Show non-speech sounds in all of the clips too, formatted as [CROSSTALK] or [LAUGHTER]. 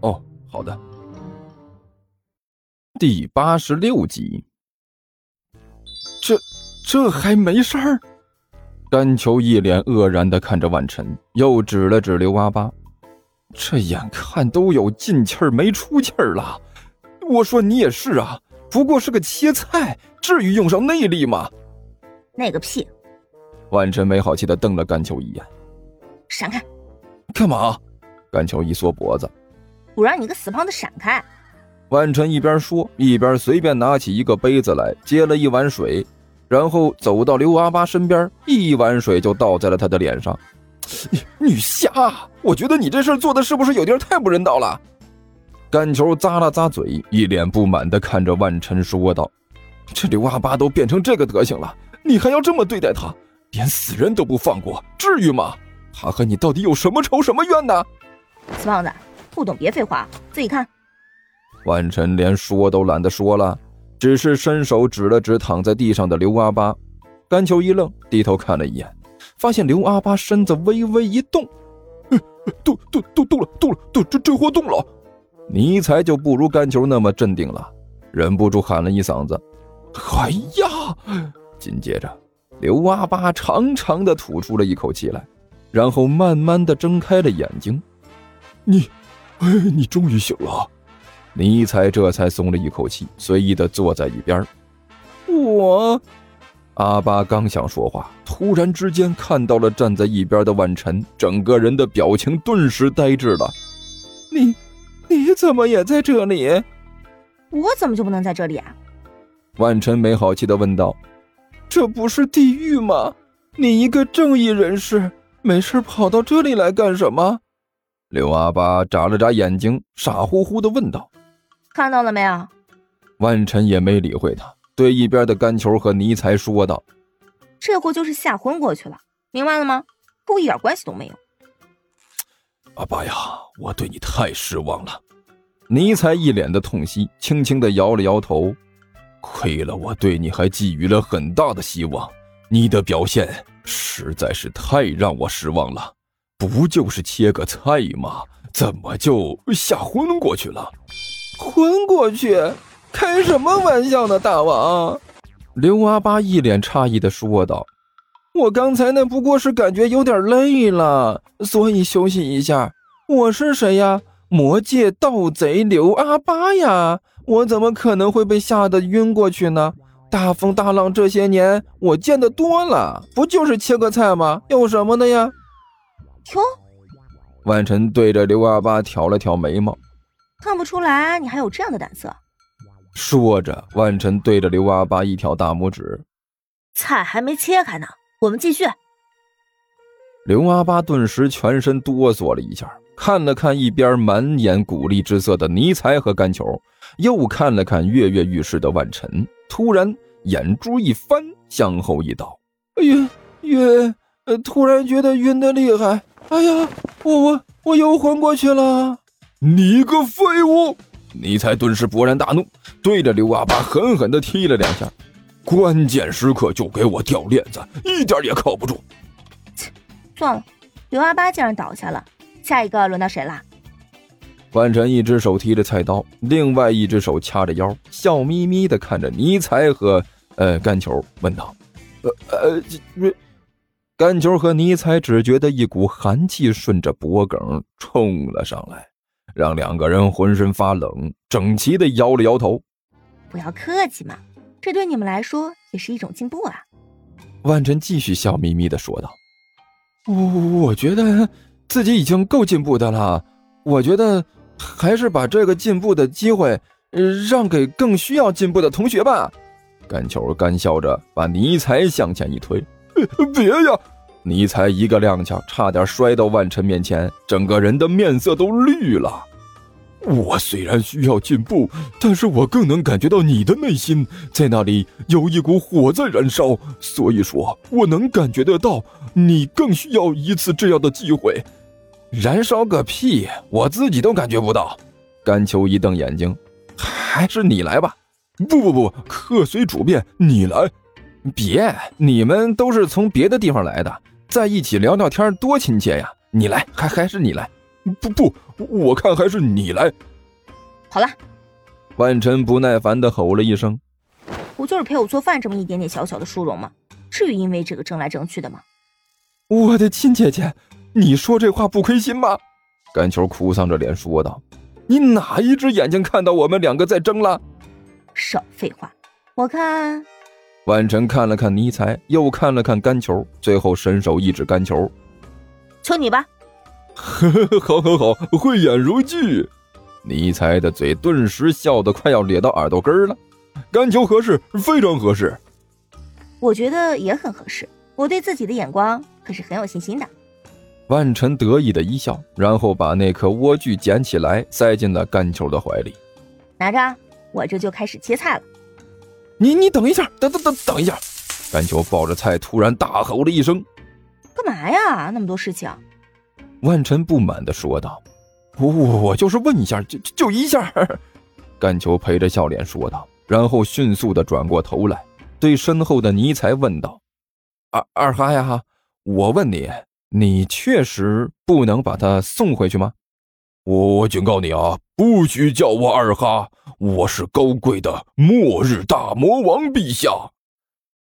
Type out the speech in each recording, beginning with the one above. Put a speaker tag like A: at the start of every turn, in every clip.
A: 哦，好的。第八十六集，
B: 这这还没事儿？
A: 甘球一脸愕然的看着万晨，又指了指刘阿八，
B: 这眼看都有进气儿没出气儿了。我说你也是啊，不过是个切菜，至于用上内力吗？
C: 那个屁！
A: 万晨没好气的瞪了甘球一眼，
C: 闪开！
B: 干嘛？
A: 甘球一缩脖子，
C: 我让你个死胖子闪开！
A: 万晨一边说，一边随便拿起一个杯子来，接了一碗水，然后走到刘阿八身边，一碗水就倒在了他的脸上。
B: 你你瞎！哎我觉得你这事做的是不是有点太不人道了？
A: 甘球咂了咂嘴，一脸不满的看着万晨说道：“
B: 这刘阿八都变成这个德行了，你还要这么对待他，连死人都不放过，至于吗？他和你到底有什么仇什么怨呢？”
C: 死胖子，不懂别废话，自己看。
A: 万晨连说都懒得说了，只是伸手指了指躺在地上的刘阿八。甘球一愣，低头看了一眼，发现刘阿八身子微微一动，
B: 嗯、动动动动了，动了，动这这货动了。
A: 尼才就不如甘球那么镇定了，忍不住喊了一嗓子：“
B: 哎呀！”
A: 紧接着，刘阿八长长的吐出了一口气来，然后慢慢的睁开了眼睛。
B: 你，哎，你终于醒了！
A: 尼采这才松了一口气，随意的坐在一边。
B: 我，
A: 阿巴刚想说话，突然之间看到了站在一边的万晨，整个人的表情顿时呆滞了。
B: 你，你怎么也在这里？
C: 我怎么就不能在这里啊？
A: 万晨没好气的问道：“
B: 这不是地狱吗？你一个正义人士，没事跑到这里来干什么？”
A: 刘阿八眨了眨眼睛，傻乎乎的问道：“
C: 看到了没有？”
A: 万晨也没理会他，对一边的甘球和尼才说道：“
C: 这货就是吓昏过去了，明白了吗？跟我一点关系都没有。”
B: 阿爸呀，我对你太失望了。”
A: 尼才一脸的痛惜，轻轻的摇了摇头：“
B: 亏了我对你还寄予了很大的希望，你的表现实在是太让我失望了。”不就是切个菜吗？怎么就吓昏过去了？
D: 昏过去？开什么玩笑呢，大王！
A: 刘阿八一脸诧异的说道：“
D: 我刚才那不过是感觉有点累了，所以休息一下。我是谁呀？魔界盗贼刘阿八呀！我怎么可能会被吓得晕过去呢？大风大浪这些年我见得多了，不就是切个菜吗？有什么的呀？”
C: 哟，
A: 万晨对着刘阿八挑了挑眉毛，
C: 看不出来你还有这样的胆色。
A: 说着，万晨对着刘阿八一挑大拇指：“
C: 菜还没切开呢，我们继续。”
A: 刘阿八顿时全身哆嗦了一下，看了看一边满眼鼓励之色的尼才和甘球，又看了看跃跃欲试的万晨，突然眼珠一翻，向后一倒，哎
D: 晕晕，呃，突然觉得晕的厉害。哎呀，我我我又昏过去了！
B: 你个废物！尼才顿时勃然大怒，对着刘阿八狠狠地踢了两下。关键时刻就给我掉链子，一点也靠不住。
C: 切，算了，刘阿八既然倒下了，下一个轮到谁啦？
A: 万晨一只手提着菜刀，另外一只手掐着腰，笑眯眯地看着尼才和呃干球，问道：“
B: 呃呃，这……”
A: 甘球和尼采只觉得一股寒气顺着脖梗冲了上来，让两个人浑身发冷，整齐的摇了摇头。
C: 不要客气嘛，这对你们来说也是一种进步啊。
A: 万晨继续笑眯眯的说道：“
D: 我我觉得自己已经够进步的了，我觉得还是把这个进步的机会呃让给更需要进步的同学吧。”
A: 甘球干笑着把尼采向前一推。
D: 呃
B: 别呀！
A: 尼才一个踉跄，差点摔到万晨面前，整个人的面色都绿了。
B: 我虽然需要进步，但是我更能感觉到你的内心，在那里有一股火在燃烧。所以说，我能感觉得到，你更需要一次这样的机会。
A: 燃烧个屁，我自己都感觉不到。甘秋一瞪眼睛，还是你来吧。
B: 不不不，客随主便，你来。
A: 别，你们都是从别的地方来的，在一起聊聊天多亲切呀！你来，还还是你来。
B: 不不，我看还是你来。
C: 好了，
A: 万晨不耐烦地吼了一声：“
C: 不就是陪我做饭这么一点点小小的殊荣吗？至于因为这个争来争去的吗？”
B: 我的亲姐姐，你说这话不亏心吗？
A: 甘球哭丧着脸说道：“你哪一只眼睛看到我们两个在争了？”
C: 少废话，我看。
A: 万晨看了看尼采，又看了看甘球，最后伸手一指甘球：“
C: 求你吧。”
B: 好，好，好，慧眼如炬。
A: 尼采的嘴顿时笑得快要咧到耳朵根儿了。
B: 甘球合适，非常合适。
C: 我觉得也很合适。我对自己的眼光可是很有信心的。
A: 万晨得意的一笑，然后把那颗莴苣捡起来，塞进了甘球的怀里。
C: 拿着，我这就开始切菜了。
A: 你你等一下，等等等等一下！甘球抱着菜突然大吼了一声：“
C: 干嘛呀？那么多事情！”
A: 万晨不满地说道：“
B: 我我我就是问一下，就就一下。”
A: 甘球陪着笑脸说道，然后迅速地转过头来，对身后的尼才问道：“
D: 二二哈呀，我问你，你确实不能把他送回去吗？”
B: 我警告你啊，不许叫我二哈！我是高贵的末日大魔王陛下。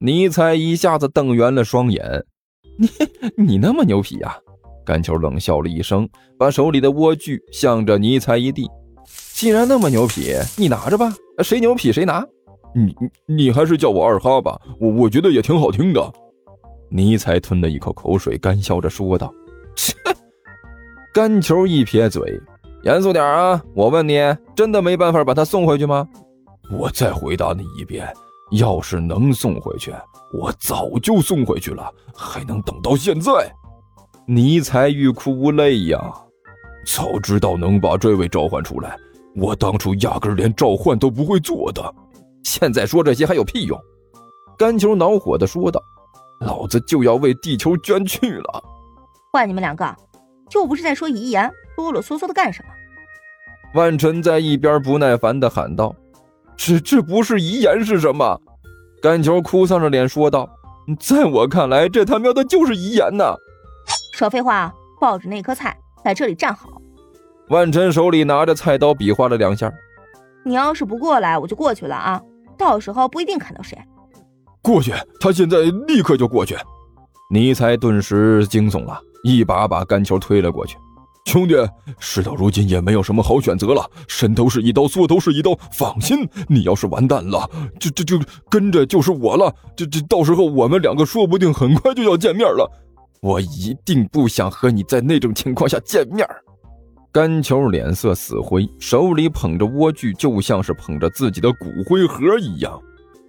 A: 尼采一下子瞪圆了双眼， [LAUGHS]
D: 你你那么牛皮呀、啊？
A: 甘球冷笑了一声，把手里的莴苣向着尼采一递。
D: 既然那么牛皮，你拿着吧，谁牛皮谁拿。
B: 你你还是叫我二哈吧，我我觉得也挺好听的。
A: 尼采吞了一口口水，干笑着说道：“切。”甘球一撇嘴，严肃点啊！我问你，真的没办法把他送回去吗？
B: 我再回答你一遍，要是能送回去，我早就送回去了，还能等到现在？
A: 你才欲哭无泪呀！
B: 早知道能把这位召唤出来，我当初压根连召唤都不会做的。
A: 现在说这些还有屁用？甘球恼火地说道：“老子就要为地球捐躯了！”
C: 换你们两个。又不是在说遗言，啰啰嗦嗦的干什么？
A: 万晨在一边不耐烦的喊道：“这这不是遗言是什么？”甘球哭丧着脸说道：“在我看来，这他喵的就是遗言呐！”
C: 少废话，抱着那颗菜在这里站好。
A: 万晨手里拿着菜刀比划了两下：“
C: 你要是不过来，我就过去了啊！到时候不一定砍到谁。”
B: 过去，他现在立刻就过去。
A: 尼才顿时惊悚了。一把把甘球推了过去，
B: 兄弟，事到如今也没有什么好选择了，伸头是一刀，缩头是一刀。放心，你要是完蛋了，这这就跟着就是我了。这这到时候我们两个说不定很快就要见面了。
A: 我一定不想和你在那种情况下见面。甘球脸色死灰，手里捧着莴苣，就像是捧着自己的骨灰盒一样。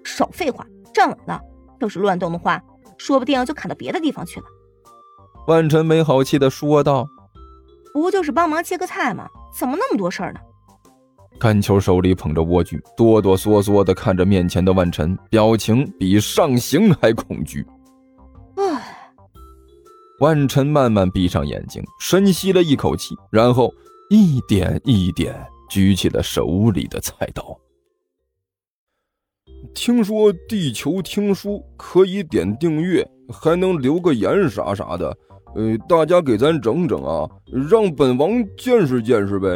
C: 少废话，站稳了。要是乱动的话，说不定就砍到别的地方去了。
A: 万晨没好气地说道：“
C: 不就是帮忙切个菜吗？怎么那么多事儿呢？”
A: 甘球手里捧着莴苣，哆哆嗦嗦地看着面前的万晨，表情比上刑还恐惧。
C: 唉，
A: 万晨慢慢闭上眼睛，深吸了一口气，然后一点一点举起了手里的菜刀。
B: 听说地球听书可以点订阅，还能留个言啥啥的。呃，大家给咱整整啊，让本王见识见识呗。